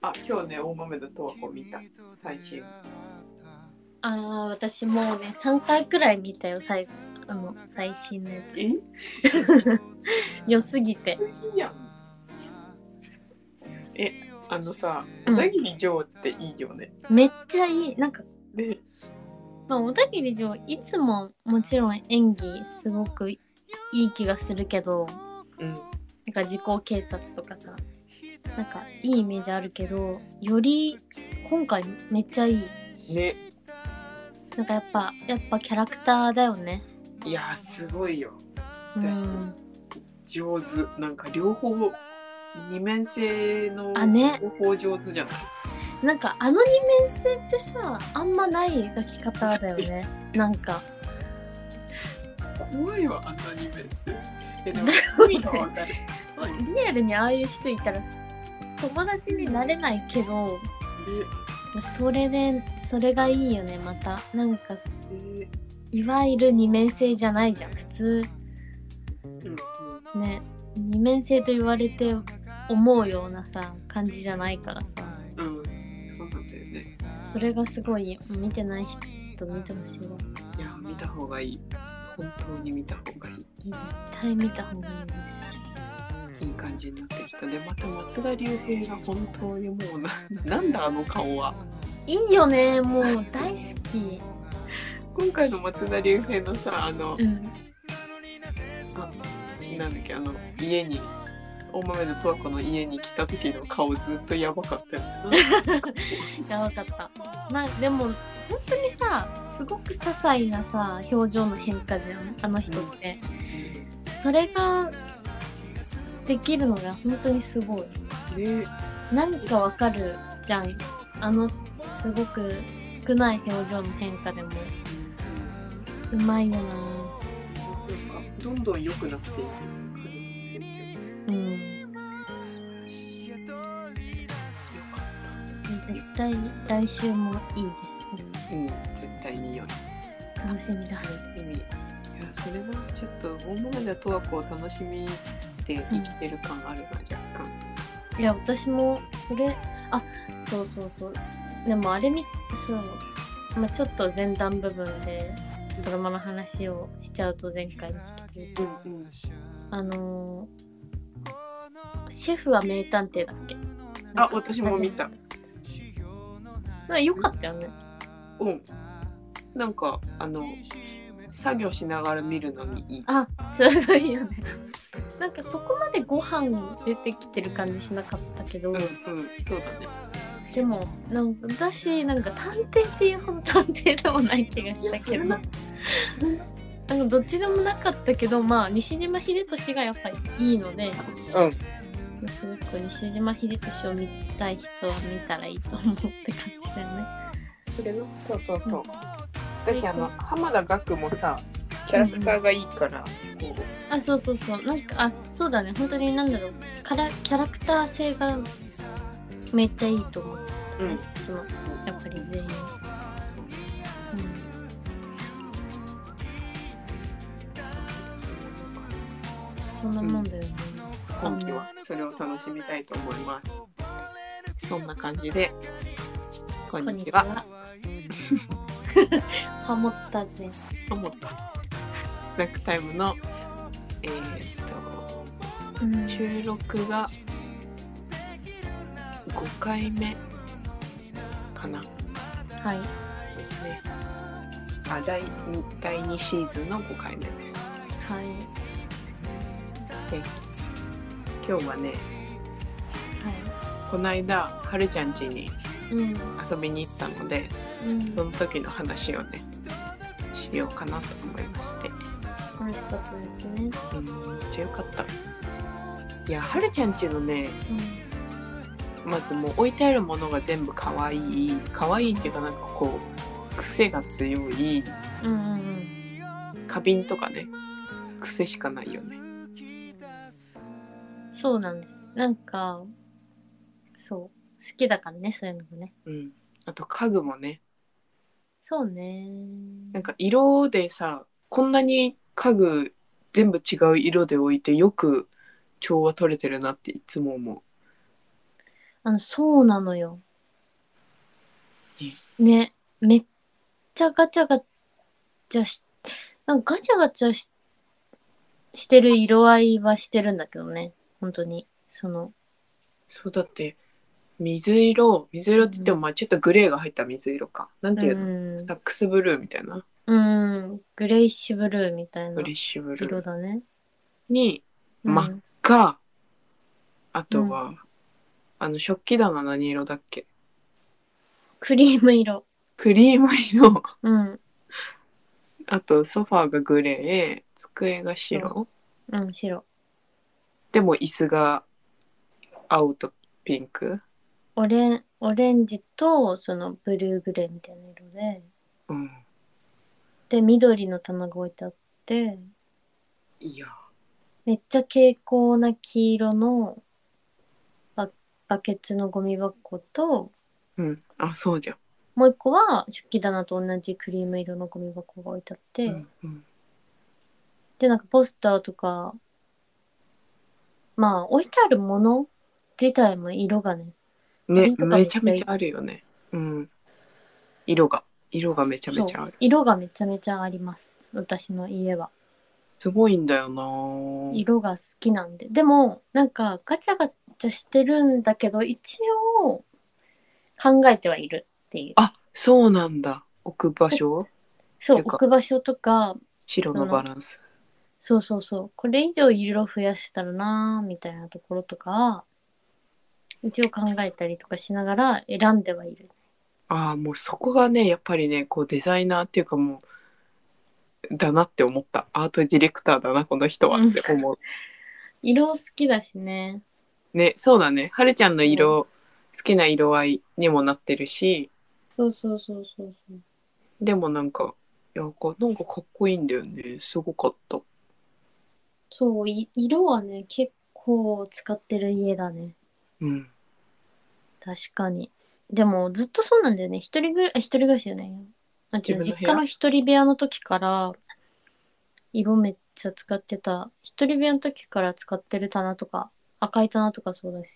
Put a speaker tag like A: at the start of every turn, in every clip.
A: あ、今日ね、大豆田とわ子見た。最近。
B: ああ、私もうね、3回くらい見たよ、最あの最新のやつ。
A: え
B: 良すぎて。
A: いいやん。え、あのさ、
B: うん
A: 小田切城っていいよね。
B: めっちゃいい。なんか、
A: ね、
B: まあ、小田切城、いつももちろん演技すごくいい気がするけど、
A: うん。
B: なんか時効警察とかさ、なんかいいイメージあるけど、より今回めっちゃいい。
A: ね、
B: なんかやっぱ、やっぱキャラクターだよね。
A: いやー、すごいよ。
B: うん
A: 確かに上手。なんか両方、二面性の
B: あね
A: 両方上手じゃない。
B: なんかあの二面性ってさあんまない描き方だよねなんか
A: 怖いわ、あんな二面性。え、 でも、すごいのわかる。
B: リアルにああいう人いたら友達になれないけど
A: ね
B: それでそれがいいよねまたなんかす
A: え
B: いわゆる二面性じゃないじゃん普通
A: ーうんうん
B: ね二面性と言われて思うようなさ感じじゃないからさ
A: うん、そうなんだよね。
B: それがすごい見てない人見てほしいわ
A: いや、見た方がいい。本当に見た方がいい。
B: 絶対見た方がいいです
A: いい感じになってきたで、また松田龍平が本当にもうな、なんだあの顔は。
B: いいよねもう大好き
A: 今回の松田龍平のさ、あの、
B: うん
A: なんだっけ、あの、家に、大豆田十和子の家に来た時の顔ずっとやばかったよね。
B: やばかったなでも本当にさすごく些細なさ表情の変化じゃんあの人って、それができるのが本当にすごい
A: ね、
B: なんかわかるじゃんあのすごく少ない表情の変化でもうまいよ
A: な
B: な
A: んか、どんどん良くなっていく感じですよね。
B: うん
A: 素晴らしい。よかっ
B: 絶対来週もいいですね
A: た。うん、絶対に良い。
B: 楽しみだ
A: 意味いやそれはちょっと大豆田十和子を楽しみで生きてる感あるな、若干
B: いや私もそれあそうそうそうでもあれみそう、まあ、ちょっと前段部分でドラマの話をしちゃうと前回に引き続き
A: うんうん
B: あのーシェフは名探偵だっけ
A: あ私も見た
B: なんかよかったよね
A: うんなんかあの作業しながら見るのにいい
B: あちょうどいいよねなんかそこまでご飯出てきてる感じしなかったけど、
A: うんうんそうだね
B: でもなんか私なんか探偵っていうほど探偵でもない気がしたけど
A: いや
B: なんかどっちでもなかったけどまあ西島秀俊がやっぱりいいので
A: うん
B: すごく西島秀俊を見たい人は見たらいいと思うって感じだよね。
A: それのそうそう
B: そう
A: 私あの浜田岳もさキャラクターがいいから、こう
B: あそうそうそうなんかあそうだね本当になんだろうからキャラクター性がめっちゃいいと思う
A: うん
B: そのやっぱり全員。
A: そう
B: そんなもんだよね。
A: 今期はそれを楽しみたいと思いますそんな感じでこんにちは。
B: ハモったぜ。
A: 思った。ブラックタイムの、えーっと、
B: うん
A: 収録が5回目かなで
B: はい。
A: すね。あ、第2、第2シーズンの5回目です。
B: はい。
A: で、今日はね、この間、はるちゃん家に
B: はい。うん。
A: 遊びに行ったので、
B: うん。
A: その時の話をね、しようかなと思いまして。
B: 楽しかったですね。
A: うん、めっちゃよかった。いや、はるちゃん家のね、
B: う
A: まずもう置いてあるものが全部可愛い可愛いっていうかなんかこう癖が強い
B: ん。うんうんうん。
A: 花瓶とかね癖しかないよね
B: そうなんです。なんか、そう。好きだからね、そういうのもね。
A: うんあと家具もね
B: そうね。
A: なんか色でさこんなに家具全部違う色で置いてよく調和取れてるなっていつも思
B: あの、そうなのよ
A: ね。
B: ね、めっちゃガチャガチャし、なんかガチャガチャししてる色合いはしてるんだけどね。本当に。その、
A: そうだって水色水色って言ってもまあちょっとグレーが入った水色かなんていうの、
B: ん
A: ダックスブルーみたいな
B: うん、グレイッシュブルーみたい
A: フ
B: な
A: レッシュブル
B: 色
A: ー
B: だね。
A: に
B: うん
A: 真っ赤あとは、あの食器棚何色だっけ
B: クリーム色。
A: クリーム色
B: うん、
A: あとソファーがグレー机が白
B: うん、白。
A: でも椅子が青とピンク
B: オレンオレンジとそのブルーグレーみたいな色で
A: うん
B: で緑の棚が置いてあって
A: いや
B: めっちゃ蛍光な黄色のババケツのゴミ箱と
A: うんあそうじゃん
B: もう一個は食器棚と同じクリーム色のゴミ箱が置いてあって、
A: うんうん
B: でなんかポスターとかまあ置いてあるもの自体も色がね
A: ね
B: ピンクが
A: め
B: めっ
A: ち
B: ち
A: ゃ
B: ゃ
A: めちゃあるよねうん色が色がめちゃめちゃあ
B: そう
A: る
B: 色がめちゃめちゃあります私の家は。
A: すごいんだよなぁ
B: 色が好きなんででもなんかガチャガチャしてるんだけど一応考えてはいるっていう
A: あそうなんだ置く場所
B: そう
A: てか
B: 置く場所とか
A: 白のバランス
B: そうそうそうこれ以上色増やしたらなーみたいなところとか一応考えたりとかしながら選んではいる
A: ああもうそこがねやっぱりねこうデザイナーっていうかもうだなって思ったアートディレクターだなこの人はって思う
B: 色好きだしね
A: ねそうだねはるちゃんの色、好きな色合いにもなってるし
B: そうそうそうそうそう
A: でもなんかいやこうなんかかっこいいんだよねすごかった
B: そうい色はね結構使ってる家だね
A: うん
B: 確かに。でもずっとそうなんだよね。一人ぐらい、あ一人暮らしじゃないよ。なんていうの
A: 自分の部屋
B: 実家の一人部屋の時から、色めっちゃ使ってた。一人部屋の時から使ってる棚とか、赤い棚とかそうだし。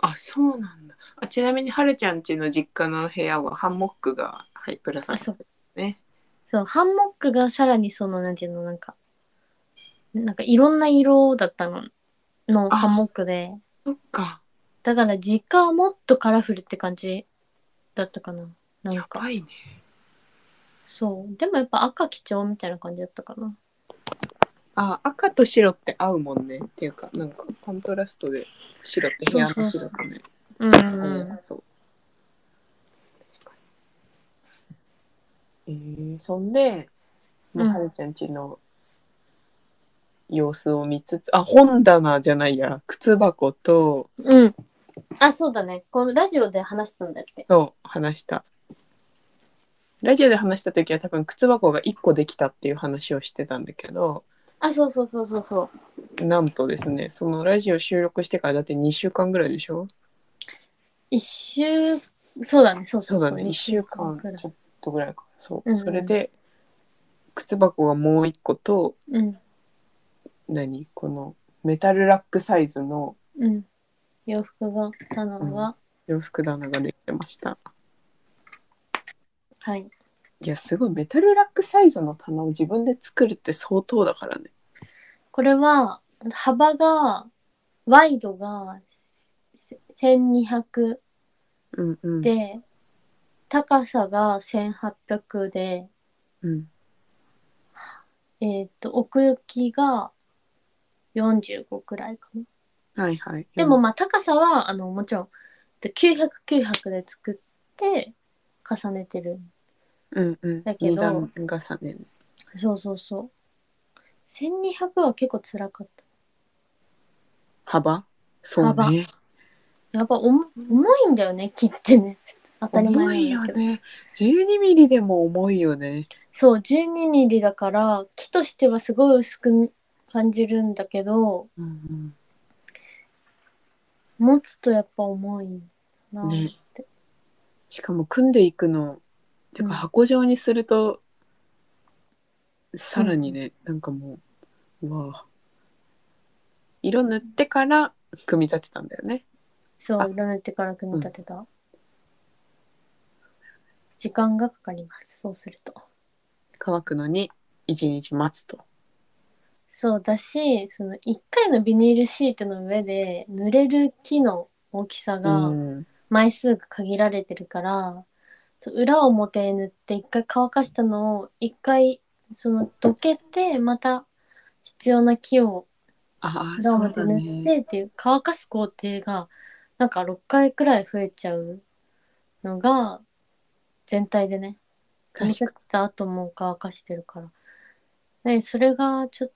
A: あそうなんだあちなみにはるちゃん家の実家の部屋はハンモックがはいぶら下
B: あ、
A: がる
B: そう。
A: ね。
B: そう、ハンモックがさらにその、なんていうの、なんか、なんかいろんな色だったの、の
A: あ
B: ハンモックで。
A: そっか
B: だから実家はもっとカラフルって感じだったかな。なん
A: や
B: か。
A: ばいね
B: そう。でもやっぱ赤基調みたいな感じだったかな。
A: あ赤と白って合うもんねっていうかなんかコントラストで白って部屋の白とね
B: うん、
A: 合
B: う
A: い
B: ん
A: や。すそう確かにえー、そんでもう
B: うん
A: はるちゃん家の様子を見つつ、あ本棚じゃないや靴箱と
B: うん。あ、そうだね。このラジオで話したんだって。
A: そう話したラジオで話した時は多分靴箱が1個できたっていう話をしてたんだけど
B: あ、そうそうそうそうそう。
A: なんとですねそのラジオ収録してからだって2週間ぐらいでしょ
B: 一周、そうだね、そう
A: そ
B: そうう
A: だね1週間
B: くら
A: ちょ
B: い
A: っとぐらいかそう、
B: うんうん
A: それで靴箱がもう1個と
B: うん。
A: 何このメタルラックサイズの
B: うん。洋服が、棚が、
A: うん洋服棚ができてました
B: はい。
A: いやすごいメタルラックサイズの棚を自分で作るって相当だからね
B: これは、幅が、ワイドがせ1200
A: うんうん
B: で、高さが1800で、
A: うん
B: えっ、と、奥行きが45くらいかな。
A: はいはい
B: でもまあ高さはあのもちろん900900で作って重ねてる
A: うんうん
B: だけど
A: 二段重ねね
B: そうそうそう1200は結構辛かっ
A: 幅そうね
B: たやっぱ重重いんだよね切ってね当たり前
A: 重い
B: な
A: よ
B: んだけど、
A: ね12ミリでも重いよね
B: そう12ミリだから木としてはすごい薄く感じるんだけど
A: うん
B: 持つとやっぱ重いなって、
A: ねしかも組んでいくのて
B: うん
A: か箱状にすると、さらにねなんかもううわあ色塗ってから組み立てたんだよね
B: そう
A: あ
B: 占ってから組み立てた、時間がかかりますそうすると
A: 乾くのに一日待つと。
B: そうだしその1回のビニールシートの上で濡れる木の大きさが
A: うん
B: 枚数が限られてるから、そう裏表へ塗って1回乾かしたのを1回そのどけてまた必要な木を
A: ああ、
B: 裏
A: そう
B: 表
A: だ
B: 塗っ
A: ね。
B: てっていう乾かす工程がなんか6回くらい増えちゃうのが全体でね組み
A: 確
B: 立
A: か
B: てた後も乾かしてるからでそれがちょっ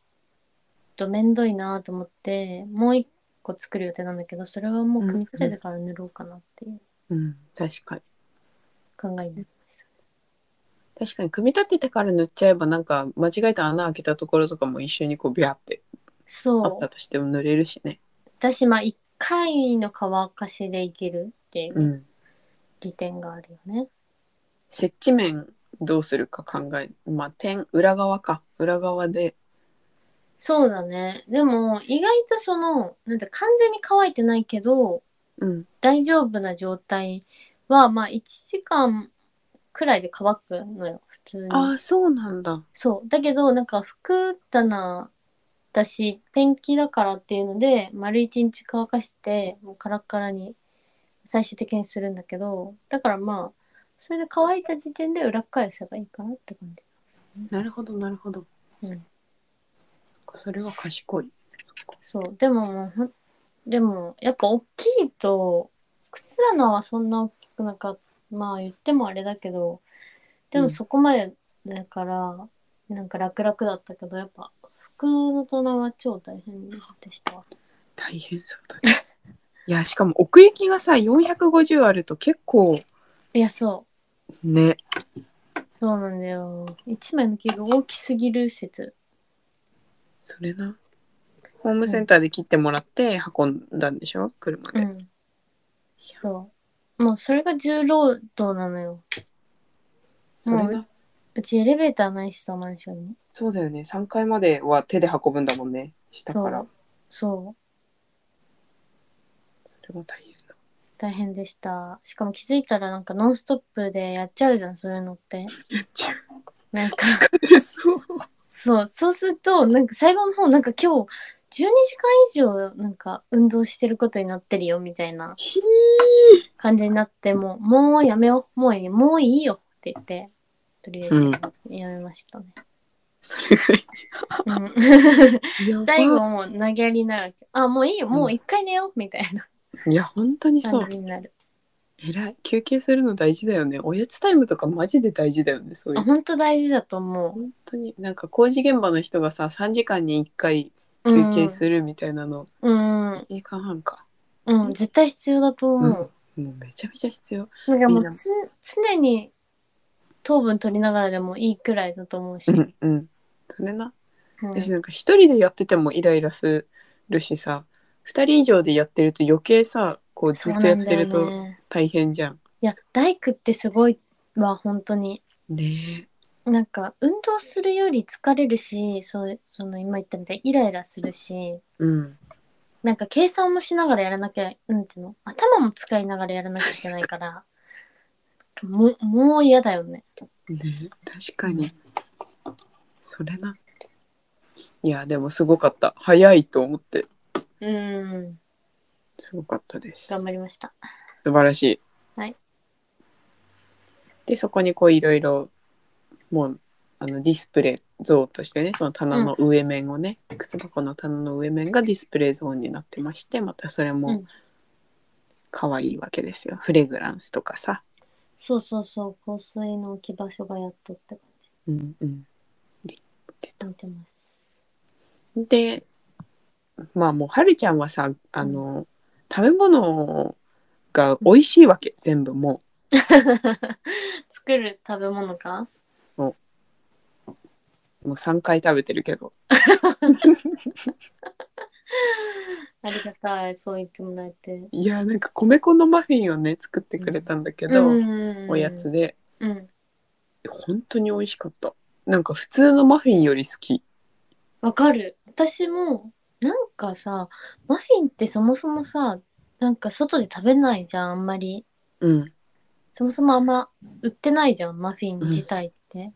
B: とめんどいなと思ってもう一個作る予定なんだけどそれはもう組み立ててから塗ろうかなっていう
A: に。うん、確かに。
B: 考えになり
A: 確かに組み立ててから塗っちゃえばなんか間違えた穴開けたところとかも一緒にこうビャってあ
B: そ
A: っ
B: う
A: たとしても塗れるしね。。
B: 私まあ1回の乾かしでいけるっていううん利点があるよね、
A: 接地面どうするか考えまあ点裏側か裏側で
B: そうだねでも意外とそのなんて完全に乾いてないけど
A: うん
B: 大丈夫な状態はまあ1時間くらいで乾くのよ普通に
A: ああそうなんだ
B: そうだけどなんか服棚だしペンキだからっていうので丸一日乾かしてもうカラッカラに最終的にするんだけどだからまあそれで乾いた時点で裏返せばいいかなって感じ
A: なるほどなるほど、
B: うん
A: それは賢いそっか
B: そうでももうほんでもやっぱ大きいと靴棚はそんな大きくなかったまあ言ってもあれだけどで
A: う
B: も
A: ん
B: そこまでだから、なんか楽々だったけどやっぱ服の棚は超大変でした
A: 大変そうだね いやしかも奥行きがさ450あると結構
B: いやそう
A: ね
B: そうなんだよ。一枚の毛が大きすぎる説。
A: それなホームセンターで切ってもらって運んだんでしょ車で、
B: ん。そう。もうそれが重労働なのよ。
A: それな、
B: ううちエレベーターないしさ、マンションに。
A: そうだよね3階までは手で運ぶんだもんね下から
B: そうそう。
A: それは大変だ
B: 大変でした。しかも気づいたらなんかノンストップでやっちゃうじゃん、そういうのって。
A: やっちゃ
B: なんか、
A: う そう
B: そう、そうすると、なんか最後の方、なんか今日、12時間以上、なんか運動してることになってるよ、みたいな
A: ひー
B: 感じになって、もう、もうやめよう。もういい、もういいよって言って、とりあえ
A: うん
B: ずやめましたね。
A: それぐらい
B: うん
A: やば
B: 最後もう投げやりになるわけ あもういいよ
A: うん
B: もう一回寝ようみたいない
A: や本当にそう
B: 感じになる
A: 偉い休憩するの大事だよねおやつタイムとかマジで大事だよねそういう
B: あ
A: の
B: 本当大事だと思
A: 本当になんか工事現場の人がさ3時間に1回
B: う
A: 休憩す
B: る
A: るみたいなの、
B: うん、うん
A: いいか半か、
B: うん絶対必要だと
A: うん
B: 思う、
A: もうめちゃめちゃ必要
B: なんか
A: いい
B: もう
A: な
B: つ常に糖分取りながらでもいいくらいだと思うし、
A: うんうんそれな
B: うん
A: 私なんか一人でやっててもイライラするしさ二人以上でやってると余計さこうず
B: そ
A: っ
B: うな
A: とやっ
B: んだ
A: て
B: よ
A: ると
B: ね
A: 大変じゃん
B: いや大工ってすごいわ本当に
A: ね
B: なんか運動するより疲れるしそうその今言ったみたいにイライラするし
A: えうん
B: なんか計算もしながらやらなきゃ、なんていうの頭も使いながらやらなきゃいけないから、もう、もう嫌だよね。
A: ねえ確かにそれないやでもすごかった早いと思って
B: うん。
A: すごかったです
B: 頑張りました。
A: 素晴らしい。
B: はい
A: でそこにこういろいろもうあのディスプレイ像としてねその棚の上面をね、靴箱の棚の上面がディスプレイゾーンになってましてまたそれ
B: う
A: も
B: ん
A: 可愛いわけですよ、フレグランスとかさ、
B: そうそうそう、香水の置き場所がやっとって感
A: うんうん、
B: じ。見てます。
A: でまあもうはるちゃんはさあの食べ物が美味しいわけ全部もう
B: 作る食べ物か
A: もう3回食べてるけど
B: ありがたい、そう言ってもらえて。
A: いやなんか米粉のマフィンをね作ってくれたんだけど、
B: うん
A: おやつ。で
B: うん。
A: 本当に美味しかったなんか普通のマフィンより好き
B: わかる。私も、なんかさ、マフィンってそもそもさ、なんか外で食べないじゃんあんまり
A: うん
B: そもそもあんま売ってないじゃんマフィン自体って、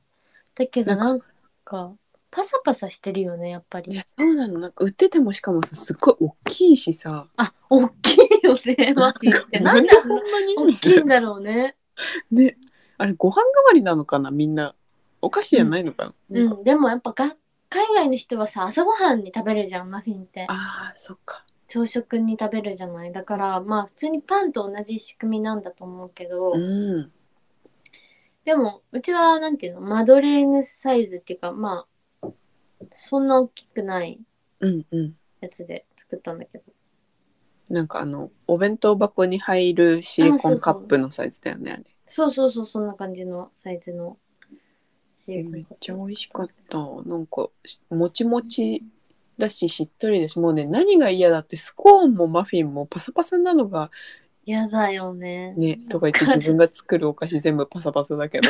B: だけど
A: な
B: なんんかパサパサしてるよねやっぱ
A: い
B: り
A: やそうなのなんか売っててもしかもさすっごい大きいしさ
B: あ大きいよねマフィンって
A: な
B: な
A: ん
B: んで
A: で
B: あん
A: そん
B: な
A: なに
B: 大きいんだろうね
A: ねあれご飯代わりなのかなみんなお菓子じゃないのかな、
B: う
A: なんか
B: んでもやっぱが海外の人はさ朝ごはんに食べるじゃんマフィンって
A: あーそっか
B: 朝食に食べるじゃないだからまあ普通にパンと同じ仕組みなんだと思うけど、
A: うん
B: でもうちはなんていうのマドレーヌサイズっていうかまあそんな大きくない
A: うんうん
B: やつで作ったんだけど
A: なんかあのお弁当箱に入るシリコ
B: あそうそう
A: ンカップのサイズだよねあれ
B: そうそうそうそんな感じのサイズのシ
A: え
B: ェイク
A: めっちゃ美味しかったなんかしもちもちだししっとりですもうね何が嫌だってスコーンもマフィンもパサパサなのが
B: やだよね
A: ねとか言って自分が作るお菓子全部パサパサだけど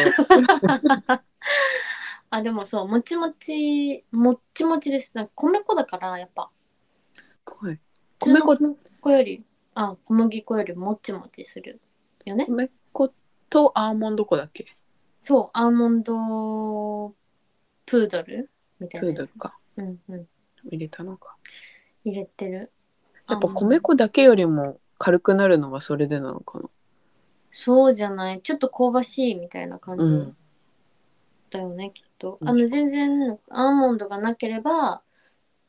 B: あでもそうもちもちもっちもちですなんか米粉だからやっぱ
A: すごい
B: 普通
A: 米
B: の
A: 粉
B: 米粉よりあ小麦粉よりもっちもちするよね
A: 米粉とアーモンド粉だっけ
B: そうアーモンドプードルみたい
A: プ
B: な
A: ー
B: やつ
A: ドルか
B: うんうん
A: 入れたのか
B: 入れてる
A: やっぱ米粉だけよりも軽くなるのはそれでなのかな
B: そうじゃないちょっと香ばしいみたいな感
A: う
B: じ
A: ん
B: だよね、きっと
A: うん
B: あの全然アーモンドがなければ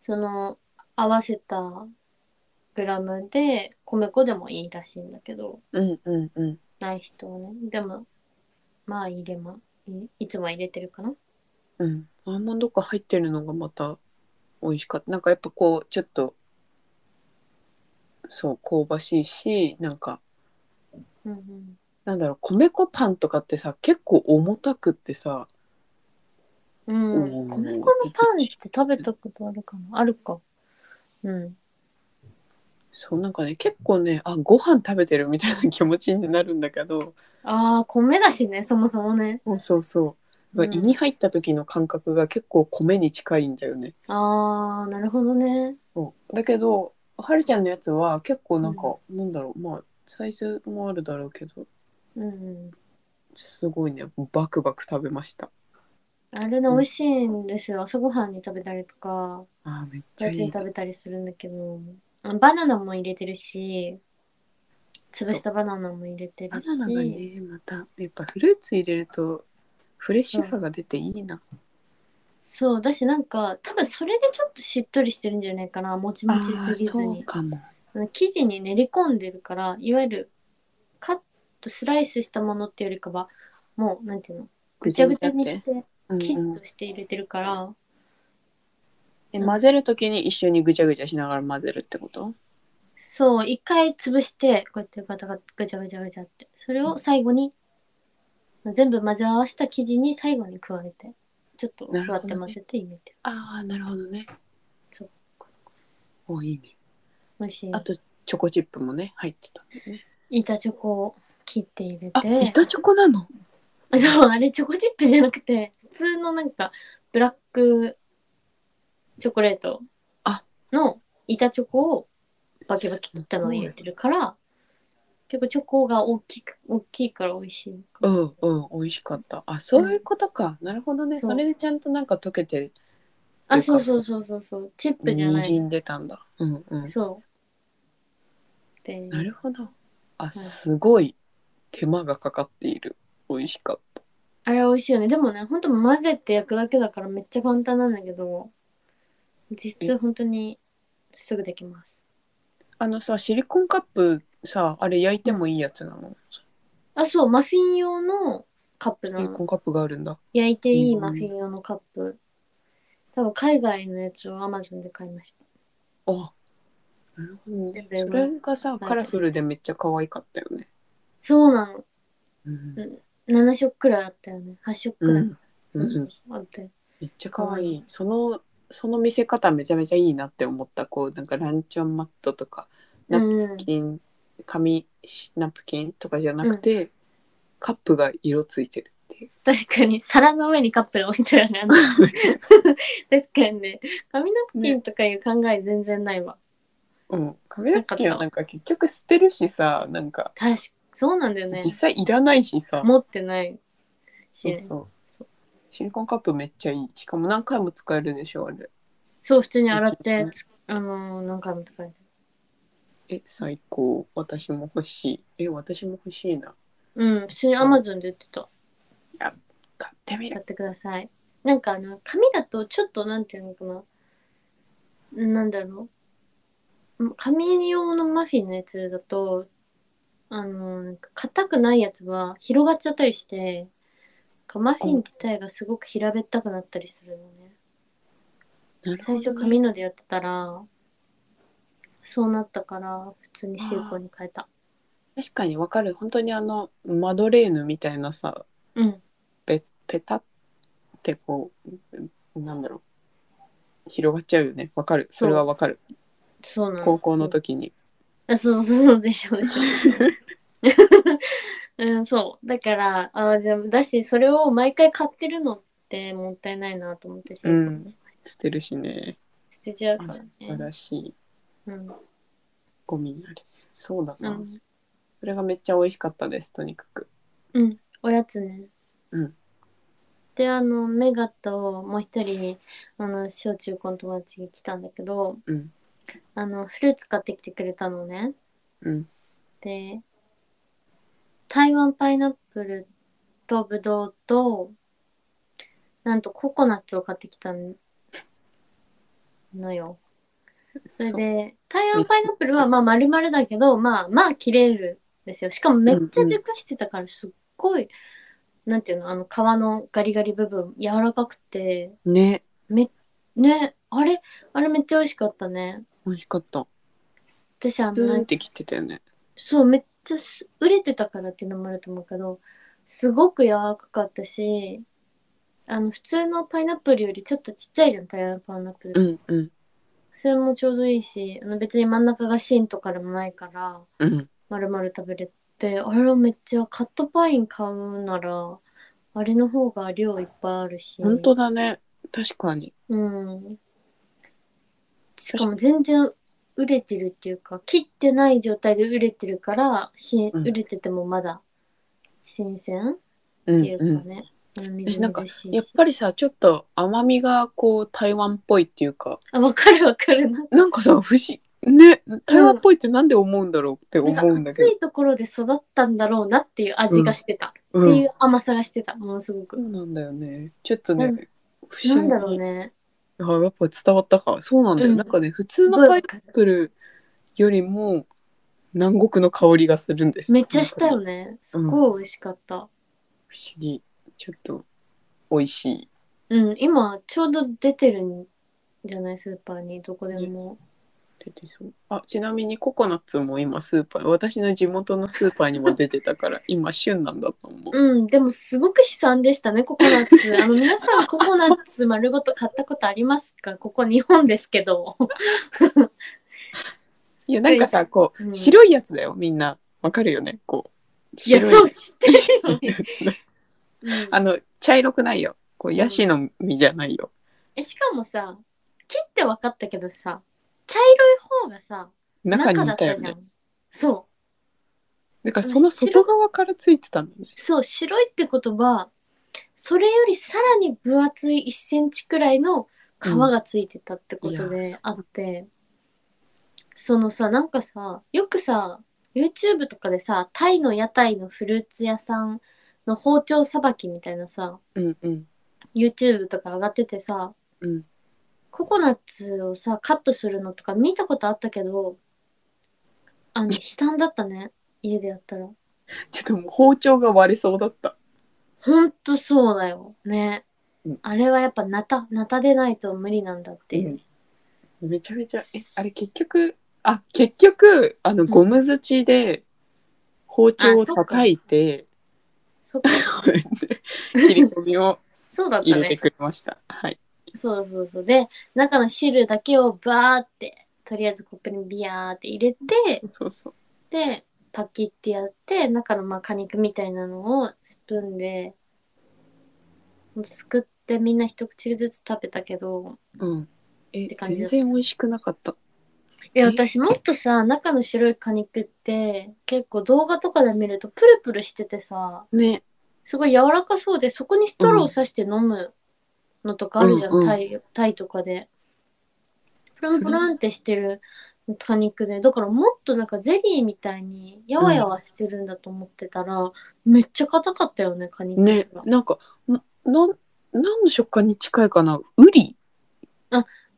B: その合わせたグラムで米粉でもいいらしいんだけど
A: うんうんうん
B: ない人はねでもまあ入れまいいつもは入れてるかな
A: うんアーモンド粉入ってるのがまた美味しかったなんかやっぱこうちょっとそう香ばしいしなんか
B: うんうん
A: なんだろう米粉パンとかってさ結構重たくってさ
B: うん、
A: おー
B: 米粉のパンって食べたことあるかなあるか。うん。
A: そうなんかね結構ねあご飯食べてるみたいな気持ちになるんだけど
B: ああ、米だしね、そもそもね。
A: そうそうそう、
B: うん
A: 胃に入った時の感覚が結構米に近いんだよね
B: ああ、なるほどね。
A: そうだけどはるちゃんのやつは結構なんか、なんだろうまあサイズもあるだろうけど
B: うんうん。
A: すごいねバクバク食べました
B: あれね、美味しいんですよ。朝ごはんに食べたりとか、
A: あーめっちゃ
B: おや
A: い
B: つに
A: い
B: 食べたりするんだけど、あバナナも入れてるし、潰したバナナも入れてる
A: バ
B: し、
A: ナナがねまたやっぱフルーツ入れるとフレッシュさが出ていいな、
B: そう、だしなんか、多分それでちょっとしっとりしてるんじゃないかな、もちもち
A: あ
B: すぎ
A: ー
B: ず
A: そ
B: に
A: う。かも
B: あの生地に練り込んでるからいわゆるカットスライスしたものっていうよりかはもうなんていうのぐちゃぐちゃにしてキ
A: うんう
B: ッ
A: ん
B: として入れてるから、
A: え混ぜるときに一緒にぐちゃぐちゃしながら混ぜるってこと
B: そう一回潰してこうやってガタガタぐちゃぐちゃぐちゃってそれを最後に全部混ぜ合わせた生地に最後に加えてちょっと
A: な
B: ふ
A: る
B: わ
A: ほ
B: っ
A: どね
B: て混ぜて入れてる
A: ああなるほどね
B: そう
A: おいいね
B: 美味しい
A: あとチョコチップもね入ってたんだよね
B: 板チョコを切って入れ
A: あ
B: て
A: 板チョコなの
B: そうあれチョコチップじゃなくて普通のなんかブラックチョコレート
A: あ
B: の板チョコをバキバキ切ったのを入れてるから結構チョコが大きく大きいから美味しいのか
A: うんうん美味しかったあそういうことか、なるほどね
B: そ
A: そうれでちゃんとなんか溶けて
B: あそうそうそうそうそうチップじゃ
A: に
B: な
A: じ
B: い
A: んでたんだうんうん
B: そうで
A: なるほどあすごい手間がかかっている美味しかった
B: あれ美味しいよねでもね本当混ぜて焼くだけだからめっちゃ簡単なんだけど実質本当にすぐできます
A: あのさシリコンカップさあれ焼いてもいいやつなの、
B: あそうマフィン用のカップな
A: シリ
B: の
A: コンカップがあるんだ
B: 焼いていいマフィン用のカップ。多分海外のやつを Amazon で買いました。
A: あなるほど
B: で
A: それがさ
B: い
A: カラフルでめっちゃ可愛かったよね
B: そうなの。
A: うん
B: 7色くらいあったよね。8色く
A: う
B: らい。
A: んうん
B: あったよ。
A: めっちゃ可愛いそのその見せ方めちゃめちゃいいなって思ったこうなんかランチョンマットとか
B: う
A: ナ
B: ん。
A: 金紙ナプキンとかじゃなくて、カップが色ついてるっていう
B: 確かに、皿の上にカップが置いてある ね。確かにね。紙ナプキンとかいう考え全然ないわ。
A: うん、髪の毛はなんか結局捨てるしさなんか
B: 確かそうなんだよね
A: 実際いらないしさ、
B: 持ってないし
A: そう
B: ね
A: そうシリコンカップめっちゃいいしかも何回も使えるでしょあれ
B: そう普通に洗っ
A: そう
B: て
A: で
B: つあのー何回も使える
A: え最高私も欲しいえ私も欲しいな
B: うん普通に Amazon で売ってた
A: 買ってみ
B: や
A: る
B: ってください。なんかあの紙だとちょっとなんていうのかななんだろう紙用のマフィンのやつだとあのなんか硬くないやつは広がっちゃったりしてなんかマフィン自体がすごく平べったくなったりするのね。
A: なるほ
B: 最
A: ど
B: 初
A: ね
B: 紙のでやってたらそうなったから普通にシーコンに変えた。
A: 確かにわかる本当にあのマドレーヌみたいなさ
B: うん
A: ペペタってこうなんだろう広がっちゃうよねわかるそれはわかる
B: そうなの
A: 高校の時に
B: あそうそうそうで しょうでしょ。うん、そう。だから、あでもだし、それを毎回買ってるのってもったいないなと思ってし、
A: うん捨てるしね
B: 捨てちゃうから
A: 素晴
B: ね。
A: らしい
B: うん。
A: ゴミになるそうだ
B: う
A: な、
B: ん。
A: それがめっちゃ美味しかったですとにかく
B: うん。おやつね。
A: うん。
B: で、あの、メガともう一人に、あの、小中高の友達が来たんだけど、
A: うん
B: あの、フルーツ買ってきてくれたのね。
A: うん
B: で、台湾パイナップルとブドウと、なんとココナッツを買ってきたのよ。それ
A: う
B: で、台湾パイナップルはまあ丸々だけど、まあまあ切れるんですよ。しかもめっちゃ熟してたから、すっごい、なんていうの、あの皮のガリガリ部分柔らかくて、
A: ね
B: ね、あれ、あれめっちゃ美味しかったね。
A: 美味しかった
B: 私あ
A: スーン
B: の
A: っ、てきてたよね
B: そう、めっちゃす売れてたからっていうのもあると思うけど、すごく柔らかかったし、あの、普通のパイナップルよりちょっとちっちゃいじゃん、台湾パイナップルって
A: うんうん
B: それもちょうどいいし、あの別に真ん中が芯とかでもないから、
A: うん
B: 丸々食べれて、あれはめっちゃカットパイン買うなら、あれの方が量いっぱいあるし。
A: 本当だね確かに
B: うん。しかも全然売れてるっていうか、切ってない状態で売れてるから、し
A: うん
B: 売れててもまだ新鮮
A: う
B: っ
A: ん
B: ていう
A: う
B: か
A: ん
B: ね。
A: 私なんか
B: みずみずしいし
A: やっぱりさちょっと甘みがこう台湾っぽいっていうか
B: あ、わかるわかる。なんか
A: なんかさ不思ね台湾っぽいってなんで思うんだろうって
B: なんか
A: 思うんだけ
B: 暑
A: ど、
B: いところで育ったんだろうなっていう味がしてた。っ
A: う
B: て
A: ん
B: い
A: そう
B: 甘さがしてた、ものすごく。
A: うなんだよねちょっとね、
B: うん
A: 不
B: なんだ
A: 思
B: ろう
A: 議、
B: ね。
A: あやっぱ伝わったかそうなんだよ、
B: うん
A: なんかね普通
B: す
A: の
B: ごい
A: パ
B: わ
A: イ
B: かる
A: ナップルよりも南国の香りがするんです
B: めっちゃした
A: なんか
B: よね。すごい美味しかった。
A: 不思議ちょっと美味しい
B: うん、今ちょうど出てるんじゃないスーパーにどこでも。
A: 出てそうあちなみにココナッツも今スーパー私の地元のスーパーにも出てたから 今旬なんだと思う
B: うん、でもすごく悲惨でしたね、ココナッ ツ。あの皆さんココナッツ丸ごと買ったことありますかここ日本ですけど。
A: いやなんかさこう、
B: うん
A: 白いやつだよみんなわかるよねこう
B: いや、
A: 白
B: そう知ってるよ
A: や
B: ね。
A: つだ
B: うん
A: あの茶色くないよこうヤシの実じゃないよ、
B: えしかもさ、切って分かったけどさ、茶色い方がさ、
A: 中に
B: だ
A: い
B: った
A: よ
B: たじゃ
A: ね
B: ん。そう。
A: だからその外側からついてたんだね
B: そう、白いってことは、それよりさらに分厚い1センチくらいの皮がついてたってこと
A: うんいや
B: であって、そのさ、なんかさ、よくさ、YouTube とかでさ、タイの屋台のフルーツ屋さんの包丁さばきみたいなさ、
A: うんうん
B: YouTube とか上がっててさ、
A: うん
B: ココナッツをさ、カットするのとか見たことあったけど、あの、悲惨だったね。家でやったら。
A: ちょっともう包丁が割れそうだった
B: ほんとそうだよ。ね。
A: うん
B: あれはやっぱナタ、ナタでないと無理なんだっていう。
A: うんめちゃめちゃえあれ結局あ結局あのゴム槌で包丁を叩い て、
B: そっか
A: 切り込みを
B: そうだった
A: 入れて
B: ね。
A: くれました、はい
B: そうそうそう。で、中の汁だけをバーって、とりあえずコップにビヤーって入れて、
A: そうそう
B: で、パキってやって、中のまあ果肉みたいなのをスプーンで、すくってみんな一口ずつ食べたけど、
A: うんえ
B: て感じ
A: 全
B: だ
A: 然美味しくなかった
B: いや私もっとさ中の白い果肉って結構動画とかで見るとプルプルしててさ
A: ね
B: すごい柔らかそうでそこにストロー刺して飲むのとかあるじゃん、
A: うんうん
B: タイタイとかでプルンプルンってしてる果肉でだからもっとなんかゼリーみたいにやわやわしてるんだと思ってたら、めっちゃ硬かったよね果肉
A: ね
B: が、
A: なんかななん何の食感に近いかなウリ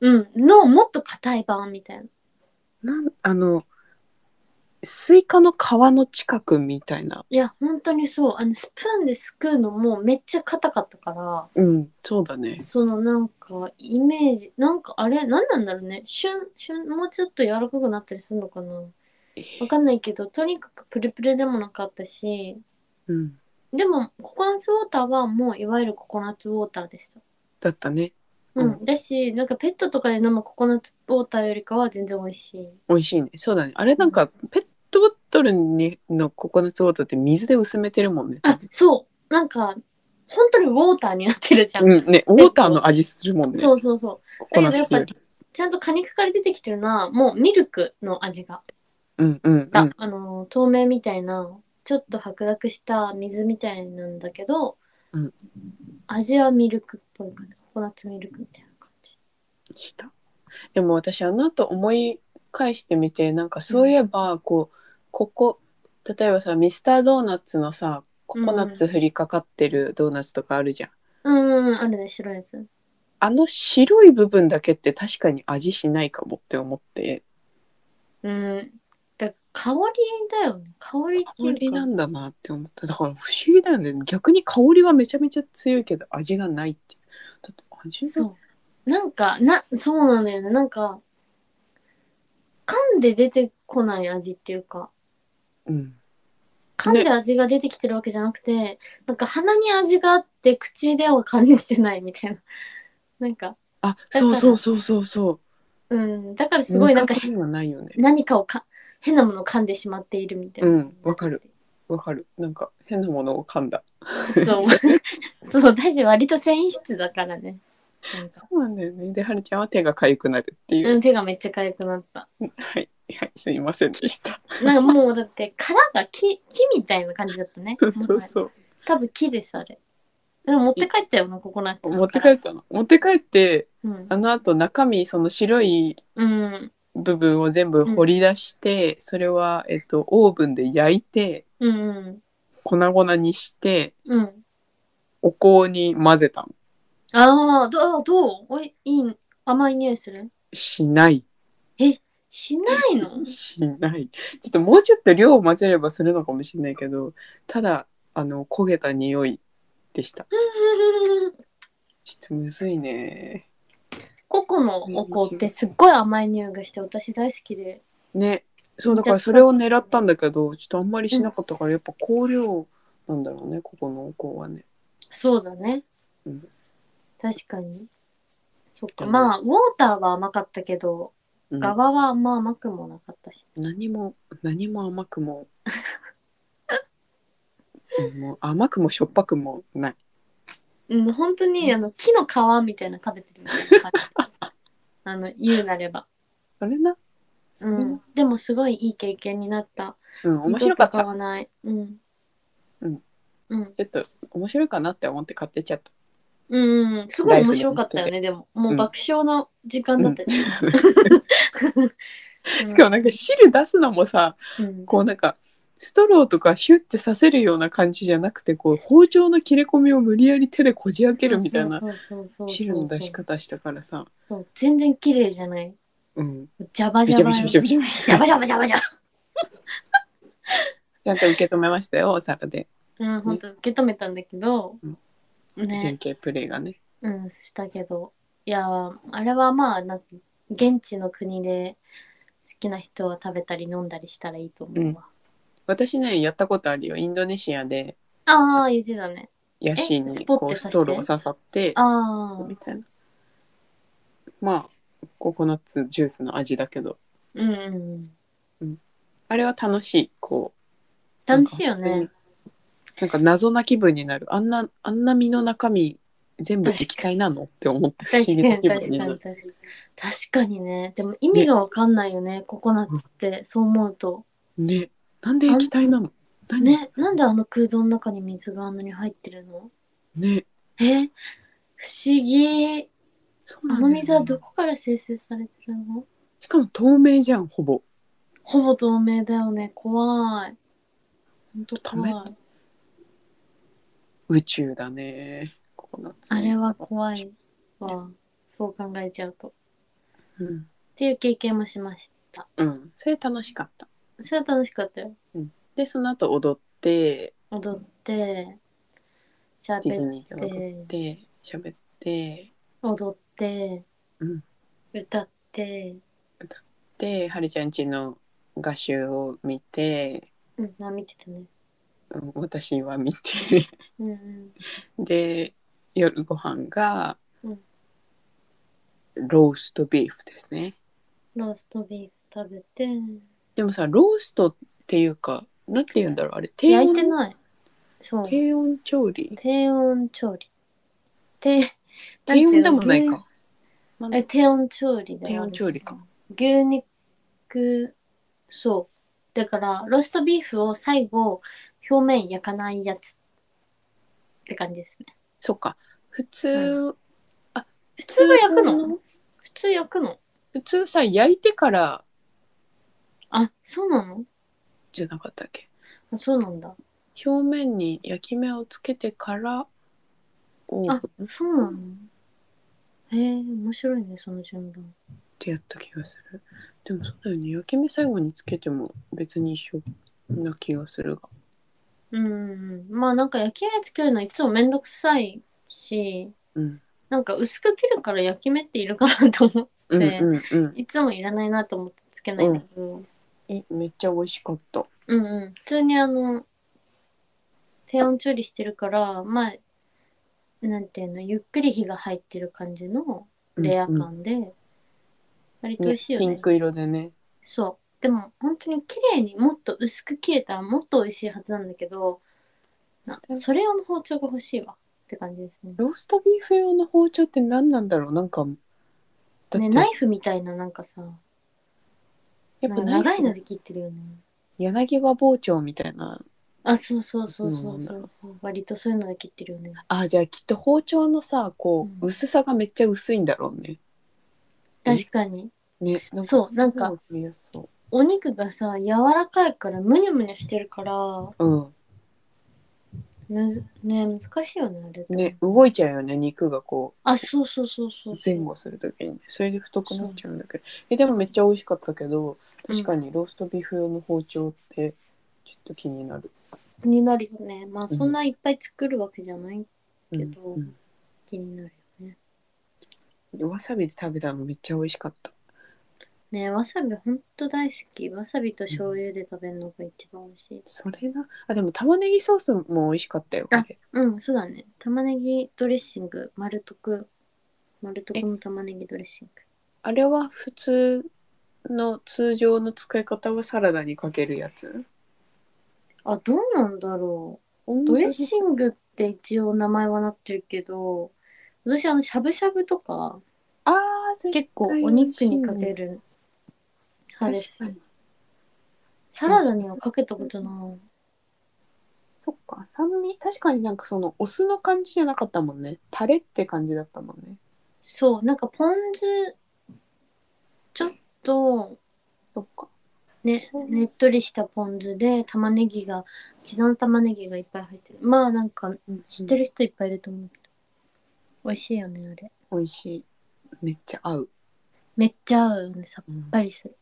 B: うんのもっと硬い版みたいな
A: なんあのスイカの皮の近くみたいない
B: や本当にそうあのスプーンですくうのもめっちゃ硬かったから
A: うんそうだね
B: そのなんかイメージなんかあれ何なんだろうね旬旬もうちょっと柔らかくなったりするのかなわかんないけどとにかくプルプルでもなかったし
A: うん
B: でもココナッツウォーターはもういわゆるココナッツウォーターでした、
A: だったね
B: うん
A: う
B: だしなんかペットとかで飲むココナッツウォーターよりかは全然美味しい
A: 美味しいねそうだねあれなんかペットボトルにのココナッツウォーターって水で薄めてるもんね
B: あそうなんか本当にウォーターになってるじゃん、
A: うんねウォーターの味するもんね
B: そうそうそう
A: ココナッツより
B: ちゃんと果肉から出てきてるのはもうミルクの味が
A: うんうんう
B: あ
A: ん
B: あの透明みたいなちょっと白濁した水みたいなんだけど、
A: うん
B: 味はミルクっぽいかなココナッツミルクみたいな感じ
A: したでも私あの後思い返してみてなんかそういえばこうここ例えばさミスタードーナツのさココナッツ振りかかってるドーナツとかあるじゃん、
B: うんうんあるね白いやつ
A: あの白い部分だけって確かに味しないかもって思って
B: うんだから香りだよね香りって
A: 香
B: い
A: り
B: うか
A: なんだなって思っただから不思議だよね逆に香りはめちゃめちゃ強いけど味がないってだって味
B: そ
A: が
B: うなんかなそうなんだよねなんか噛んで出てこない味っていうか
A: うん
B: 噛んで味が出てきてるわけじゃなくて、なんか鼻に味があって口では感じてないみたいな なんか
A: あ
B: から
A: そうそうそうそうそう
B: うんだからすごいなんか
A: ぬかりはないよね
B: 何かをか変なものを噛んでしまっているみたいな。
A: うんわかるわかるなんか変なものを噛んだ
B: そう。 そう、私割と繊維質だからね。なんか
A: そうなんだよねではるちゃんは手が痒くなるっていう、
B: うん、手がめっちゃ痒くなった。
A: はいはいすいませんでした
B: なんかもうだって殻が木木みたいな感じだったね。
A: そうそう
B: 多分木です、あれ。でも持って帰ったよな、ココナッツの
A: 持って帰
B: 殻。
A: ったの持って帰って
B: うん。
A: あのあと中身その白い
B: うん。
A: 部分を全部掘り出して、それは、えっと、オーブンで焼いて
B: うんうん。
A: 粉々にして
B: うん。
A: お香に混ぜたの
B: ああ、どうどうおいいい甘い匂いする
A: しない
B: しないの
A: しないちょっともうちょっと量を混ぜればするのかもしれないけどただあの焦げた匂いでしたちょっとむずいね
B: ココのお香ってすっごい甘い匂いがして私大好きで
A: ねそうだからそれを狙ったんだけどちょっとあんまりしなかったからやっぱ香料なんだろうねここのお香はね
B: そうだね、
A: うん
B: 確かにそっ
A: で
B: か
A: も
B: まあウォーターは甘かったけど、
A: うん
B: 側はあんま甘くもなかったし
A: 何も何も甘くも うんもう甘くもしょっぱくもない
B: うん本当にあの木の皮みたいなの食べてるみた いな感じあの言うなれば、
A: それな
B: う
A: うんん、
B: でもすごいいい経験になった
A: うん面白かっ
B: 二度と買
A: た
B: わないうん
A: うん
B: うん
A: ちょっと面白いかなって思って買ってっちゃった
B: うんうん、すごい面白かったよね、でも。もう爆笑の時間だったじゃん。 うん
A: しかもなんか汁出すのもさ
B: うん
A: こうなんかストローとかシュッてさせるような感じじゃなくてこう包丁の切れ込みを無理やり手でこじ開けるみたいな
B: そうそうそうそうそう
A: 汁の出し方したからさ
B: そう全然綺麗じゃない
A: うん
B: ジャバジ
A: ビチ
B: ャ
A: ャ
B: バ
A: ビ
B: よ
A: チャビ
B: ジ
A: チ
B: ャ
A: ャビチャビチャ
B: バジャバジャバジャ
A: ちゃんと受け止めましたよお皿で
B: うん本当受け止めたんだけど
A: 連
B: ね
A: 携プレーがね
B: うんしたけどいやーあれはまあなんか現地の国で好きな人は食べたり飲んだりしたらいいと思うわ、
A: 私ねやったことあるよインドネシアで
B: ああ言ってたね
A: ヤシ
B: えス
A: に
B: ポッ
A: こ
B: て
A: う
B: 刺して
A: ストロー刺さって
B: ああ
A: みたいなまあココナッツジュースの味だけど
B: うんうん
A: あれは楽しいこう
B: 楽しいよね
A: なんか謎な気分になるあんなあんな身の中身全部液体なのって思って不
B: 確
A: 思議
B: か
A: な
B: に
A: 気
B: 確
A: 分
B: か
A: に
B: に
A: なる
B: 確かに確かにねでも意味がわかんないよねココナッツってそう思うと
A: ねなんで液体なの何ね
B: ねなんであの空洞の中に水があんなに入ってるのえ不思議
A: そうな
B: あ
A: んだよ
B: の
A: ね
B: 水はどこから生成されてるの
A: しかも透明じゃんほぼ
B: ほぼ透明だよね怖いほんと怖い
A: ダ宇宙だねココナッツ
B: あれは怖いわそう考えちゃうとっ
A: うん、
B: ていう経験もしました
A: うん、それ楽しかった
B: それは楽しかったよ
A: でその後踊って
B: 踊ってシャー
A: ディズ
B: ペ
A: ニーで踊って喋って
B: 踊って、
A: うん
B: 歌って、
A: ではるちゃんちの画集を見て、
B: うん、あ見てたね
A: うん、私は見て
B: うんうん
A: で夜ご飯が、
B: うん
A: ローストビーフですね
B: ローストビーフ食べて
A: でもさローストっていうかなんて言うんだろうあれ低
B: 焼い
A: 温
B: てないそう
A: 低温調理
B: 低温調理低
A: 低温でもない
B: なんて
A: か
B: うの牛え低温調理だよ
A: 低温調理か
B: 牛肉そうだからローストビーフを最後表面焼かないやつって感じですね
A: そっか普通、
B: う普
A: 普
B: 通は焼く
A: 普通
B: の普通焼くの
A: 普通さ焼いてから
B: あそうなの
A: じゃなかったっけ
B: あそうなんだ
A: 表面に焼き目をつけてからオー
B: あ
A: ブンっ
B: そうなのへえ面白いねその順番
A: てやった気がするでもそうだよね焼き目最後につけても別に一緒な気がするが
B: うんうんうんまあなんか焼き目つけるのいつもめんどくさいし
A: うん
B: なんか薄く切るから焼き目っているかなと思
A: うん
B: で
A: うんうん
B: ういつもいらないなと思ってつけないんだけど、うん、
A: えめっちゃ美味しかった
B: うん普通にあの低温調理してるからまあなんていうのゆっくり火が入ってる感じのレア
A: うんうん
B: 感で、割と美味しいよ
A: ピ
B: ね
A: ンク色でね
B: そうでも本当に綺麗にもっと薄く切れたらもっと美味しいはずなんだけどなそれ用の包丁が欲しいわって感じですね
A: ローストビーフ用の包丁って何なんだろうなんかだって
B: ねナイフみたいななんかさ
A: やっぱナイフ
B: 長いので切ってるよね
A: 柳葉包丁みたいな
B: あそうそうそうそ
A: そう
B: う
A: な
B: そ
A: ん
B: う、割とそういうので切ってるよね
A: あじゃあきっと包丁のさこう、
B: うん
A: 薄さがめっちゃ薄いんだろうねうん
B: 確かに
A: ねなんか
B: そうなんか
A: か見やすそ
B: お肉がさ柔らかいからムニュムニュしてるから
A: ううん
B: むずね難しいよねあれって
A: ね動いちゃうよね肉がこ
B: あそうそうそうそう
A: う前後するときにそれで太くなっちゃうんだけどえでもめっちゃ美味しかったけど確かにローストビーフ用の包丁ってちょっと気になる、
B: 気になるよねまあそんないっぱい作るわけじゃない
A: うん
B: けど
A: うん
B: 気になるよね
A: でわさびで食べたのめっちゃ美味しかった
B: ねわさびほんと大好きわさびと醤油で食べるのが一番美味しい
A: それなあでも玉ねぎソースも美味しかったよ
B: あ
A: あれ
B: うんそうだね玉ねぎドレッシング丸徳丸徳の玉ねぎドレッシング
A: あれは普通の通常の使い方はサラダにかけるやつ
B: あどうなんだろうドレッシングって一応名前はなってるけど私あのしゃぶしゃぶとか
A: あー
B: 結構お肉にかける派
A: 確
B: で
A: か
B: す
A: に
B: サラダにはかけたことない
A: そっか酸味確かになんかそのお酢の感じじゃなかったもんねタレって感じだったもんね
B: そうなんかポン酢ちょっと
A: そっか
B: ね、ねっとりしたポン酢で玉ねぎが刻んだ玉ねぎがいっぱい入ってるまあなんか知って
A: る
B: る人いっぱいいると思うけど、美味しいよねあれ
A: 美味しいめっちゃ合う、
B: めっちゃ合うよねさっぱりする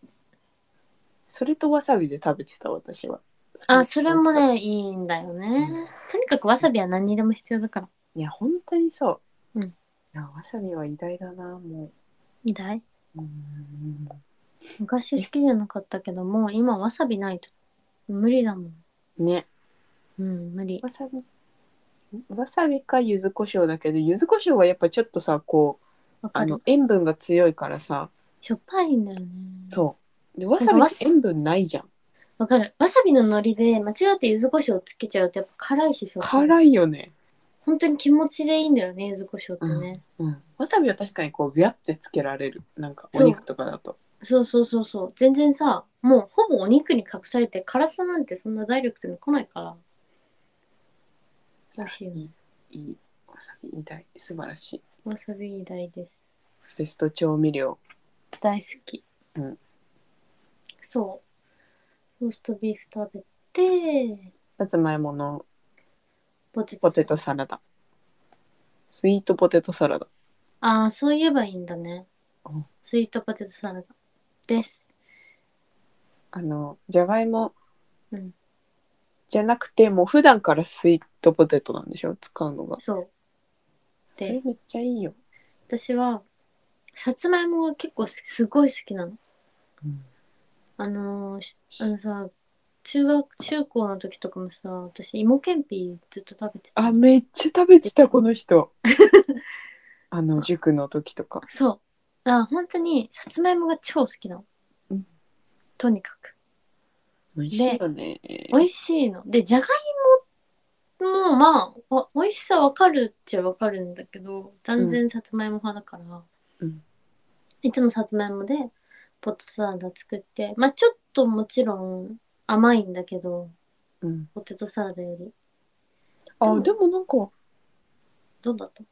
A: それとわさびで食べてた私は
B: あそれもねいいんだよね、とにかくわさびは何にでも必要だから
A: いや本当にそう、
B: うん
A: いやわさびは偉大だなも
B: いいだいう
A: うん
B: 昔好きじゃなかったけどもう今わさびないと無理だもん
A: ね
B: うん無理
A: わさびわさびか柚子胡椒だけど柚子胡椒はやっぱちょっとさこう
B: わか
A: あ
B: る
A: の塩分が強いからさ
B: しょっぱいんだよね
A: そうでわさび
B: わ
A: っ
B: さ
A: て塩分ないじゃん
B: わかるわさびの海苔で間違って柚子胡椒をつけちゃうとやっぱ辛いししょっぱい
A: 辛いよね
B: 本当に気持ちでいいんだよね柚子胡椒ってね、
A: うん、わさびは確かにこうビャってつけられるなんかお肉とかだと
B: そうそうそうそう全然さもうほぼお肉に隠されて辛さなんてそんなダイレクトに来ないから美味しいよね
A: いいわさび偉大素晴らしい
B: わさび偉大です
A: ベスト調味料
B: 大好き、
A: うん
B: そうローストビーフ食べて
A: さつまいもの
B: ポテト
A: ポテトサラダスイートポテトサラダ
B: ああそう言えばいいんだね
A: うん
B: スイートポテトサラダです
A: あのじゃがいも、
B: うん
A: じゃなくてもう普段からスイートポテトなんでしょ使うのが
B: そう
A: そ
B: で
A: れ
B: す
A: めっちゃいいよ、
B: 私はさつまいもが結構すすごい好きなの
A: うん
B: あのーしあのさ中学中高の時とかもさ私芋けんぴずっと食べてた
A: あめっちゃ食べてたこの 人あの塾の時とか
B: そうあ本当にさつまいもが超好きなの、
A: うん
B: とにかく
A: 美味しいよね
B: 美味しいのでじゃがいももまあお美味しさわかるっちゃわかるんだけど断然さつまいも派だから、
A: うん
B: いつもさつまいもでポテトサラダ作ってまあちょっともちろん甘いんだけど
A: うん、
B: ポテトサラダより
A: あでもなんか
B: どうだった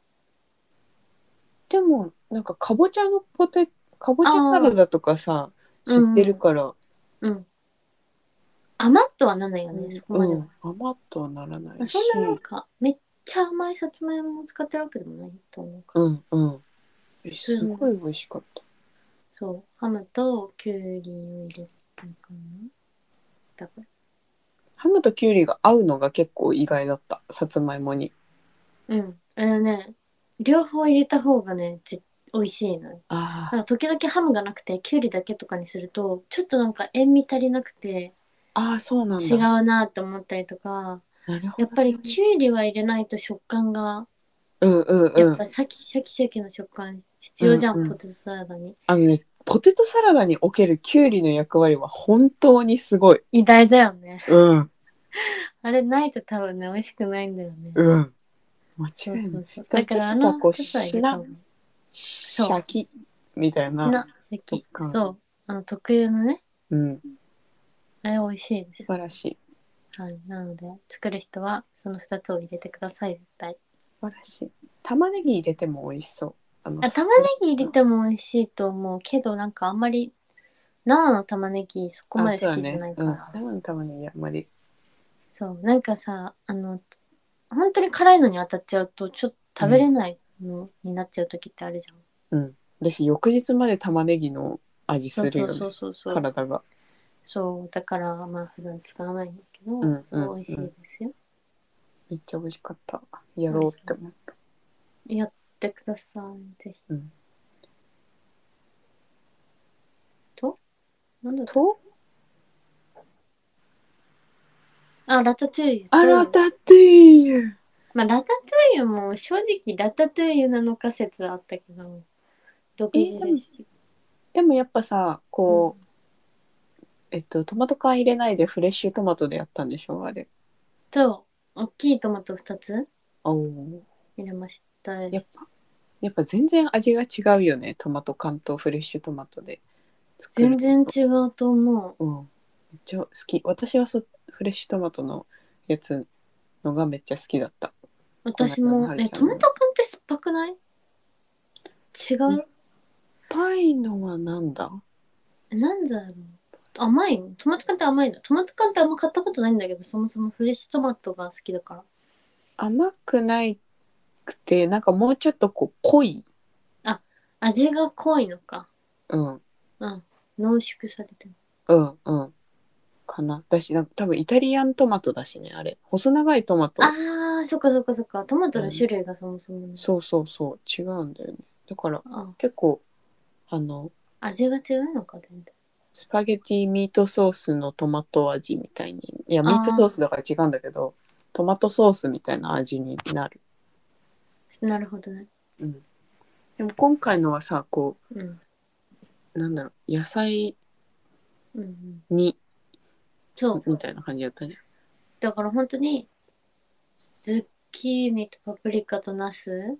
A: でもなんかかぼちゃのポテかぼちゃサラダとかさ知ってるから、
B: うん甘っとはなんないよね、
A: うん
B: そこまでは、
A: 甘っとはならないし
B: そんななんかめっちゃ甘いさつまいもを使ってるわけでもないと思うから、
A: うんうんえすごい美味しかった、
B: そうハムときゅうりを入れたのかなだから
A: ハムとキュウリが合うのが結構意外だったさつまいもに
B: うん。あのね、両方入れた方がね、じ美味しいのよ。
A: あ
B: だから時々ハムがなくて、きゅうりだけとかにすると、ちょっとなんか塩味足りなくて、
A: あーそうなんだ
B: 違うなって思ったりとか、
A: なるほ
B: や
A: ど
B: っぱりきゅうりは入れないと食感が、
A: うんうん
B: や
A: う
B: っ
A: ん
B: ぱシャキシャキシャキの食感必要じゃん、
A: うんうん
B: ポテトサラダに。
A: あのねポテトサラダにおけるキュウリの役割は本当にすごい
B: 偉大だよね。
A: うん
B: あれないと多分ね、美味しくないんだよね。
A: うん間違い
B: そう
A: ない
B: そうそう。
A: で
B: だ
A: も
B: から
A: ちょ
B: あ
A: っと
B: の
A: さこう
B: 2つは入れた方がいい。
A: シャキみたい
B: 砂、
A: な、
B: シャキ
A: 食。感
B: そう。あの特有のね、
A: うん、
B: あれ美味しいです
A: 素。晴らしい
B: はい、なので作る人はその2つを入れてください絶対
A: 素晴らしい玉ねぎ入れても美味しそうあの
B: あ玉ねぎ入れても美味しいと思うけどなんかあんまり生の玉ねぎそこまで好きじゃないから
A: あそうだねうん、生の玉ねぎあんまり
B: そう,、なんかさあの本当に辛いのに当たっちゃうとちょっと食べれないのになっちゃう時ってあるじゃん、
A: 私翌日まで玉ねぎの味す
B: そう
A: る
B: そ
A: よ
B: う
A: ね
B: そうそうそう
A: 体が
B: だからまあ普段使わないんだけど、
A: んうん
B: そう美味しいですよ
A: めっちゃ美味しかったやろうって思った
B: やってくださいぜひ、
A: うん
B: となんだった
A: と
B: あ、ラタトゥイユ。
A: あらたっていい
B: まあ、ラタトゥイユも正直ラタトゥイユなのか説はあったけど、独自レシピ。
A: でもやっぱさこう、えっとトマト缶入れないでフレッシュトマトでやったんでしょあれ
B: と、大きいトマト2つ
A: おお
B: 入れました。
A: やっぱやっぱ全然味が違うよねトマト缶とフレッシュトマトで作る
B: 全然違うと思
A: うん、めっちゃ好き私はそフレッシュトマトのやつのがめっちゃ好きだった
B: う。私
A: この間の
B: も、
A: はる
B: え、
A: ちゃ
B: ト
A: んの
B: マト缶って酸っぱくない違う、
A: パイのはなんだ
B: えなんだろう甘いのトマト缶って甘いのトマト缶ってあんま買ったことないんだけど、そもそもフレッシュトマトが好きだから。
A: 甘くないくてなんかもうちょっとこう濃い、
B: 味が濃いのか。
A: うん、
B: うん。濃縮されてる。
A: うんうんかなだしなんか多分イタリアントマトだしねあれ細長いトマト
B: あー、そっかそっかそっか。トマトの種類がそもそもね、
A: そうそうそう違うんだよねだから
B: あ
A: 結構あの
B: 味が違うのか全然
A: スパゲティミートソースのトマト味みたいにいやミートソースだから違うんだけどトマトソースみたいな味になる
B: なるほどね
A: でも今回のはさこ
B: うん
A: うなんだろう野菜
B: うんうん
A: に
B: そう
A: みたいな感じだったね
B: だから本当にズッキーニとパプリカとナス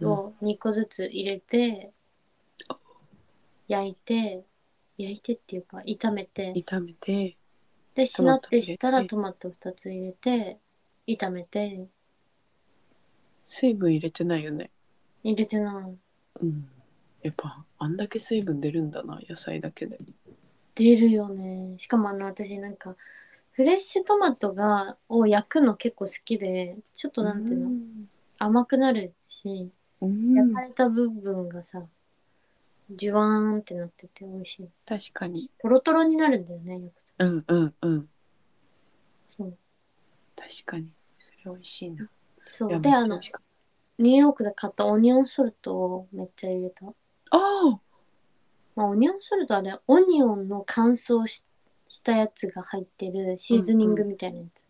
B: を2個ずつ入れて、焼いて焼いてっていうか炒めて
A: 炒めて
B: でしな
A: トマ
B: っ
A: ト入
B: て
A: れて
B: したらトマト2つ入れて炒めて
A: 水分入れてないよね
B: 入れてない
A: うんやっぱあんだけ水分出るんだな野菜だけで
B: 出るよねしかもあの私なんかフレッシュトマトがを焼くの結構好きでちょっとなんていうの、甘くなるし
A: うん
B: 焼かれた部分がさジュワーンってなってて美味しい
A: 確かに
B: トロトロになるんだよねよ
A: う
B: く
A: んうんうん
B: そう
A: 確かにそれ美味しいな
B: そ
A: いや
B: うであ
A: めっ
B: の
A: ちゃ
B: ニューヨークで買ったオニオンソルトをめっちゃ入れた
A: 美味しかったあ
B: まあ、オニオンソルトあれオニオンの乾燥ししたやつが入ってるシーズニングみたいなやつ、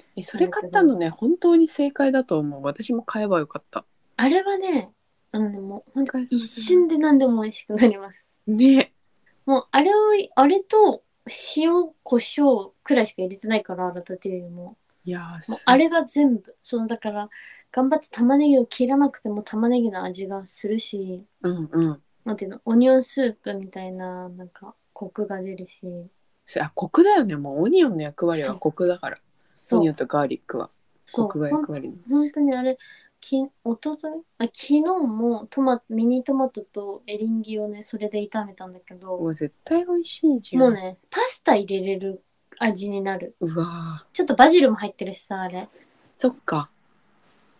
A: あえそれ買ったのね本当に正解だと思う私も買えばよかった
B: あれはねあのねもうほんと
A: 乾燥する
B: 一瞬で何でも美味しくなります
A: ね
B: もうあれをあれと塩コショウくらいしか入れてないからラタトゥイユも
A: いやーす
B: もうあれが全部そのだから頑張って玉ねぎを切らなくても玉ねぎの味がするし
A: うんうん
B: なんていうのオニオンスープみたいななんかコクが出るし
A: せあコクだよねもうオニオンの役割はコクだからオ
B: そ
A: ニオ
B: う
A: ンとガーリックは
B: そ
A: コ
B: う
A: クが役割の
B: 本当にあれき一昨日あ昨日もトマミニトマトとエリンギをねそれで炒めたんだけど
A: もう絶対美味しいじゃん
B: もうねパスタ入れれる味になる
A: うわー
B: ちょっとバジルも入ってるしさあれ
A: そっか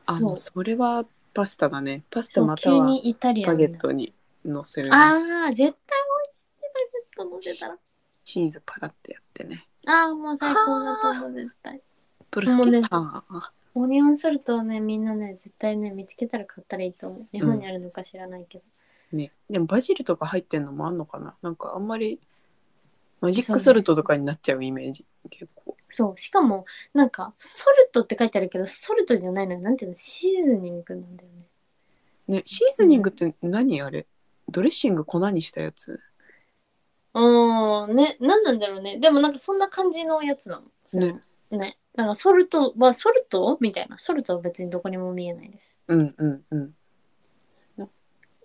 A: あ
B: そ
A: の
B: う
A: それはパスタだねパスタ
B: そう
A: また
B: 急
A: は
B: にイタリア
A: バ
B: ン
A: ゲ
B: に
A: ッ
B: なる
A: トにのせるね、
B: あー絶対美味しいバゲット乗せたら
A: チーズパラってやってね
B: あーもう最高だと思う絶対
A: ブルスケッター
B: オニオンソルトをねみんなね絶対ね見つけたら買ったらいいと思う日本にあるのか知らないけど、
A: ねでもバジルとか入ってんのもあんのかななんかあんまりマジックソルトとかになっちゃうイメージ結構
B: そうしかもなんかソルトって書いてあるけどソルトじゃないのよなんていうのシーズニングなんだよね
A: ねシーズニングって何あれドレッシング粉にしたやつ
B: うーんね何なんだろうねでもなんかそんな感じのやつなのその
A: ね
B: ねなんかソルトはソルトみたいなソルトは別にどこにも見えないです
A: うんうんうん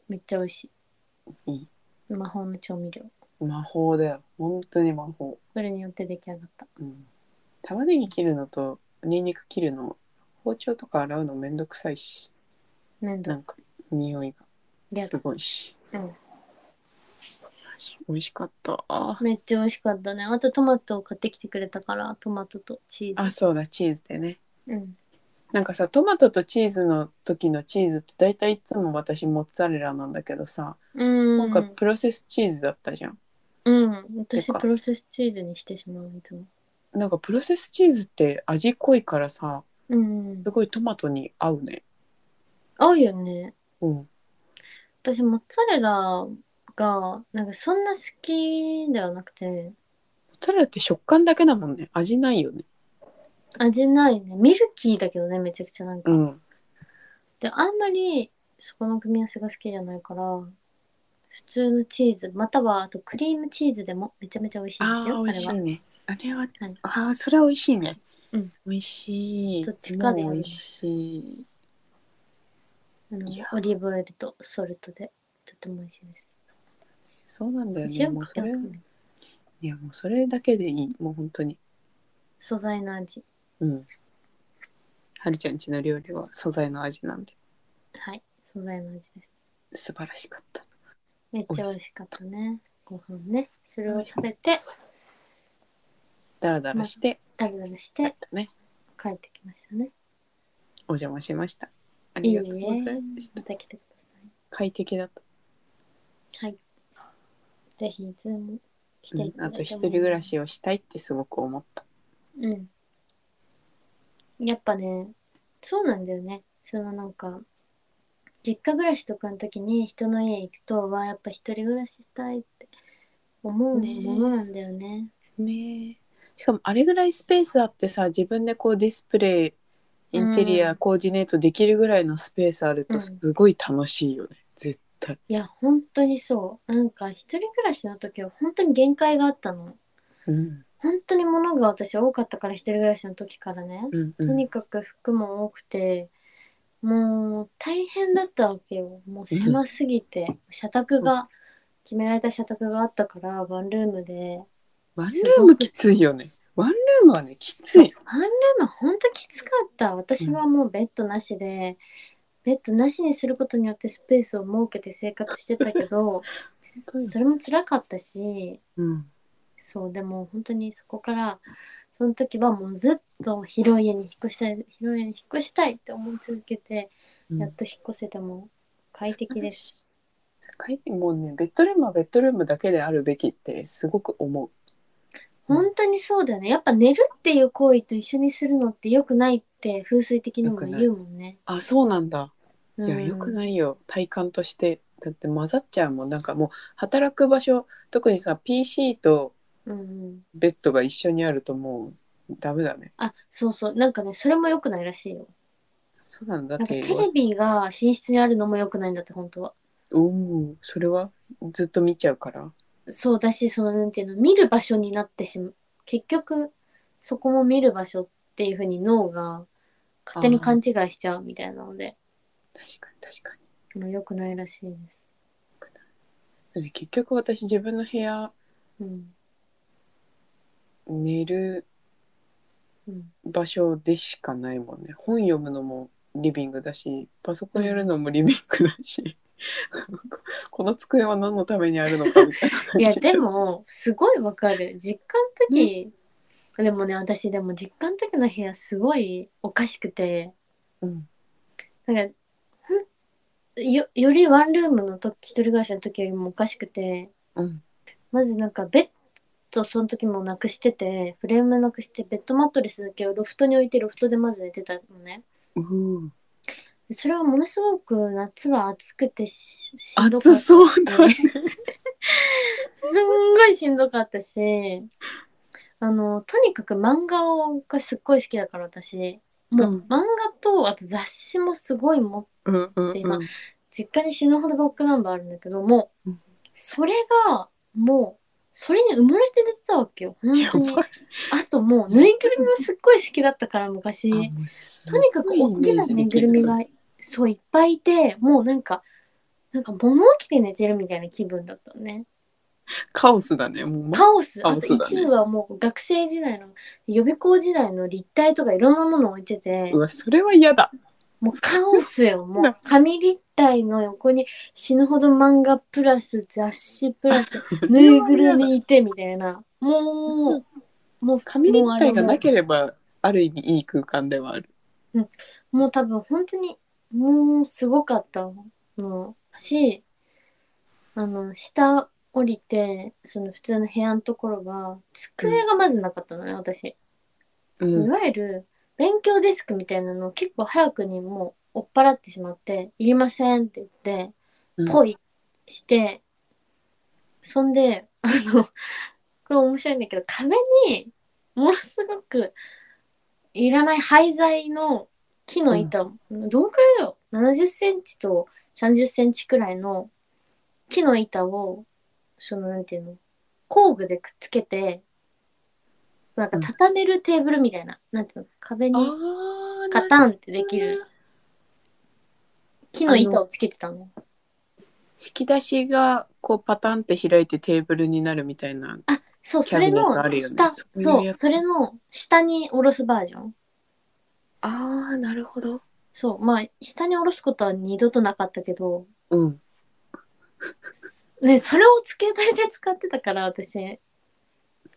B: めっちゃ美味しい
A: い
B: 魔法の調味料
A: 魔法だよ本当に魔法、
B: それによって出来上がった
A: うん、玉ねぎ切るのとニンニク切るの包丁とか洗うのめんどくさいし
B: 面
A: な
B: 倒
A: んか匂いが
B: や
A: す
B: だ
A: ごいし、
B: うん
A: 美味しかったあ
B: めっちゃ美味しかったねあとトマトを買ってきてくれたからトマトとチーズ
A: そうだチーズでね
B: うん
A: なんかさトマトとチーズの時のチーズって大体いつも私モッツァレラなんだけどさ、
B: う
A: なんか
B: ん
A: プロセスチーズだったじゃん
B: うん私
A: てか
B: プロセスチーズにしてしまういつも
A: なんかプロセスチーズって味濃いからさ
B: うん
A: すごいトマトに合うね
B: 合うよね
A: うん
B: 私モッツァレラがなんかそんな好きではなくて
A: モッツァレラって食感だけだもんね味ないよね
B: 味ないねミルキーだけどねめちゃくちゃなんか、
A: うん
B: であんまりそこの組み合わせが好きじゃないから普通のチーズまたはあとクリームチーズでもめちゃめちゃ美味しいですよあれは
A: ねあれは
B: はい
A: ああそれは美味しいね、
B: うん、
A: 美味しい
B: どっちかでやる
A: もう美味しい
B: あの
A: いや
B: オリーブオイルとソルトでとても美味しいで
A: そうなんだよ
B: す
A: ね
B: 塩
A: もう
B: か
A: そ
B: けな
A: れ
B: くても
A: いやもうそれだけでいいもう本当に
B: 素材の味
A: うんはるちゃんちの料理は素材の味なんで
B: はい素材の味です
A: 素晴らしかった
B: めっちゃ美味しかったねご飯ねそれを食べて
A: だらだらして
B: ダルダルし
A: やってたね
B: 帰ってきましたね
A: お邪魔しましたあ
B: い
A: り
B: い
A: がとうござい
B: ね
A: ました
B: また来てください
A: 快適だった、
B: はい。ぜひいつでも来
A: う
B: てい
A: ん、あ
B: ただいても
A: と一人暮ら。しをしたいってすごく思った
B: うん。やっぱね、そうなんだよね。そのなんか、実家暮らしとかの時に人の家行くと、わあ、やっぱ一人暮らししたいって思う
A: ねえ
B: ものなんだよね。
A: ねしかもあれぐらいスペースあってさ自分でこうディスプレイインテリ
B: う
A: ア
B: ん
A: コーディネートできるぐらいのスペースある
B: う
A: と
B: ん
A: すごい楽しいよね、絶対
B: いや、本当にそう。なんか一人暮らしの時は本当に限界があったの。
A: うん
B: 本当に物が私多かったから一人暮らしの時からね、
A: うん
B: と
A: うん
B: にかく服も多くてもう大変だったわけよもう狭すぎて、社宅が決められた社宅があったからワンルームで
A: ワンルームきついよねワンルームはねきつい
B: ワンルームほんときつかった私はもうベッドなしで、ベッドなしにすることによってスペースを設けて生活してた けどそれも辛かったし
A: うん
B: そうでも本当にそこからその時はもうずっと広い家に引っ越したい広い家に引っ越したいって思い続けて、
A: うん
B: やっと引っ越せても快適です。
A: 快適もうねベッドルームはベッドルームだけであるべきってすごく思ううん
B: 本当にそうだよねやっぱ寝るっていう行為と一緒にするのって良くないって風水的にも言うもんね。
A: あそうなんだ
B: い
A: いやよくないよ体感としてだって混ざっちゃうもんなんかもう働く場所特にさ PC と
B: うんうん、
A: ベッドが一緒にあるともうダメだね
B: あそうそうなんかねそれも良くないらしいよ。
A: そうなんだ
B: なん
A: っ
B: か
A: て
B: テレビが寝室にあるのも良くないんだって本当は。
A: おおそれはずっと見ちゃうから
B: そうだしそのなんていうの見る場所になってしまう結局そこも見る場所っていうふうに脳が勝手に勘違いしちゃうみたいなので
A: 確かに確かに
B: もう良くないらしいで
A: だって結局私自分の部屋
B: す。うん
A: 寝る
B: うん、
A: 場所でしかないもんね本読むのもリビングだしパソコンやるのもリビングだし この机は何のためにあるのかみたいな感
B: い
A: じ
B: やでもすごいわかる実家の時、でもね私でも実家の時の部屋すごいおかしくて
A: うん
B: なんかほんよよりワンルームの時一人暮らしの時よりもおかしくて
A: うん
B: まずなんかベッドその時もなくしててフレームなくしてベッドマットレスだけをロフトに置いてロフトでまず寝てたのね
A: うん
B: それはものすごく夏は暑くてししんどかっ
A: 暑
B: た
A: そうだね
B: すんごいしんどかったしあのとにかく漫画がすっごい好きだから私もう、
A: うん
B: 漫画とあと雑誌もすごい持っ
A: うんうん
B: で
A: う
B: 今
A: ん
B: 実家に死ぬほどバックナンバーあるんだけどもう
A: うん
B: それがもうそれに埋もれて出てたわけよ本
A: や
B: 当に
A: ばい
B: あともうぬいぐるみもすっごい好きだったから昔
A: あもうす
B: とにかく大きなぬいぐるみがそういっぱいいてもうなんかなんか物置で寝てるみたいな気分だったのね
A: カオスだねもうま
B: カオス
A: カ
B: あ
A: オ
B: と
A: スだね
B: 一部はもう学生時代の予備校時代の立体とかいろんなもの置いてて
A: うわそれは嫌だ
B: もうカオスよも
A: な
B: う紙立体の横に死ぬほど漫画プラス雑誌プラスぬいぐるみいてみたいなもうもう
A: 紙立体がな
B: ゃ
A: ければある意味いい空間ではある
B: もう多分本当にもうすごかったのしあの下降りてその普通の部屋のところは机がまずなかったのね、私
A: う
B: い
A: ん
B: わゆる勉強デスクみたいなのを結構早くにもう追っ払ってしまって「いりません」って言って
A: うん
B: ポイして、そんで あのこれ面白いんだけど壁にものすごくいらない廃材の木の板、どんくらいだろう70センチと30センチくらいの木の板をそのなんていうの工具でくっつけてなんか畳めるテーブルみたいな、なんていうの壁に
A: あー
B: カタンってできる木の板をつけてたの。
A: 引き出しがこうパタンって開いてテーブルになるみたいな
B: あ、そう、
A: キ
B: そ
A: ャ
B: れ
A: ビネッ
B: の
A: トあるよね
B: 下、
A: そういう
B: そう、
A: やつ
B: それの下に下ろすバージョン。
A: ああなるほど
B: そう、まあ、下に下ろすことは二度となかったけど、
A: うん
B: ね、それを机として使ってたから、私。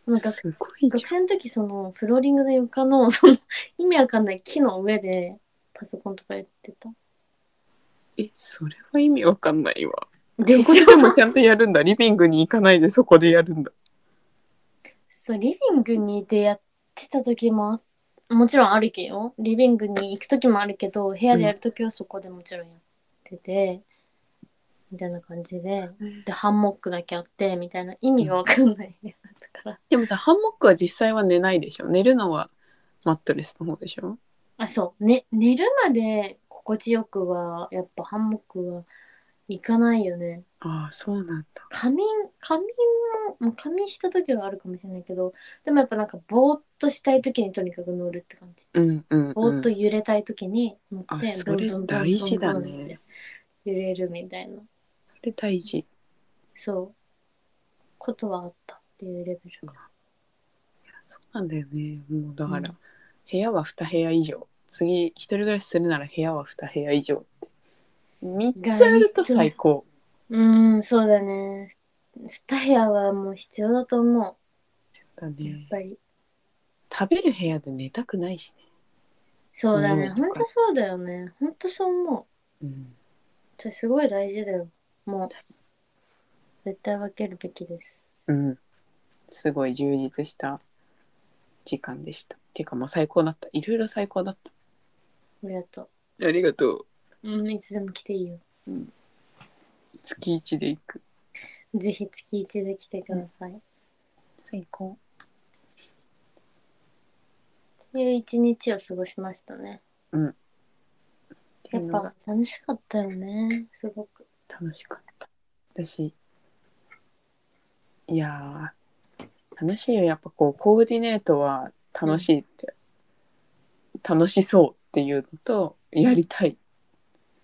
B: なんか、
A: すごい
B: 学
A: じ
B: 生の時、その、フローリングの床の、その、意味わかんない木の上で、パソコンとかやってた。
A: ゃんえそれは意味わかんないわ
B: で
A: そこ
B: し
A: でで
B: ょ
A: もちゃんとやるんだリビングに行かないでそこでやるんだ
B: そう、リビングにいてやってた時もあ、もちろんあるけど、リビングに行く時もあるけど、部屋でやる時はそこでもちろんやってて、みたいな感じで、で、ハンモックだけあって、みたいな意味がわかんない部屋だったから。
A: でもさハンモックは実際は寝ないでしょ寝るのはマットレスの方でしょ
B: あ、そう、ね、寝るまで心地よくは、やっぱハンモックは行かないよね。
A: ああそうなんだ
B: 仮眠、仮眠も、もう仮眠した時はあるかもしれないけど、でもやっぱなんかぼーっとしたい時にとにかく乗るって感じ。
A: うんうん、
B: ぼ
A: う
B: ーっ
A: ん
B: と、揺れたい時に乗って、
A: あそれ
B: どんどんどんどんどん
A: 大事だね
B: って揺れるみたいな。
A: それ大事
B: そう。ことはあったっていうレベルかな。
A: そうなんだよねもうだから、
B: うん
A: 部屋は2部屋以上次一人暮らしするなら部屋は2部屋以上って3つあると最高
B: うーん、そうだね。二部屋はもう必要だと思
A: だ
B: う。やっ
A: ね
B: ぱり。
A: 食べる部屋で寝たくないし
B: そうだね。
A: うん
B: ほんとそうだよね。ほんとそう思う。
A: ね、うん、
B: それすごい大事だよ。もう。絶対分けるべきです。
A: うん、すごい充実した時間でしたっていうかもう最高だったいろいろ最高だっ
B: ありがと
A: たありがとう
B: う。うん、いつでも来ていいよ。
A: 月一で行く
B: ぜひ月一で来てください。
A: 最高
B: っていう一日を過ごしましたね。やっぱ楽しかったよね。すごく。
A: 楽しかった私いやー楽しいよやっぱこうコーディネートは楽しいって、楽しそうっていうのとやりたい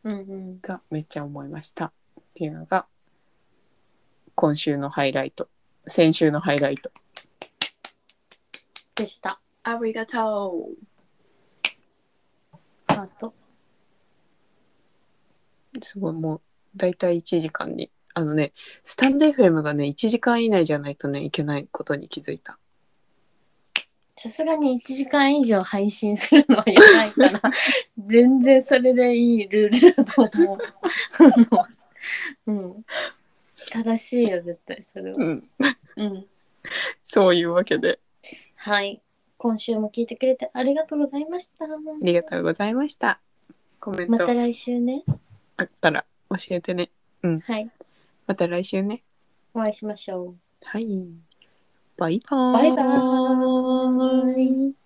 B: うんうん。
A: がめっちゃ思いましたっていうのが今週のハイライト先週のハイライト
B: でした。
A: ありがと
B: ハート。
A: うすごいもうだいたい1時間にあのねスタンド FM がね1時間以内じゃないとねいけないことに気づいた
B: さすがに1時間以上配信するのはやばいから、 全然それでいいルールだと思う。あの うん。正しいよ、絶対それは。
A: うん
B: うん。
A: そういうわけで、
B: はい。今週も聞いてくれてありがとうございました。
A: ありがとうございました。コメン
B: ま
A: ト
B: た来週ね。
A: あったら教えてね。
B: はい。
A: また来週ね。
B: お会いしましょ
A: はい。バイバー
B: う。バイバーイ。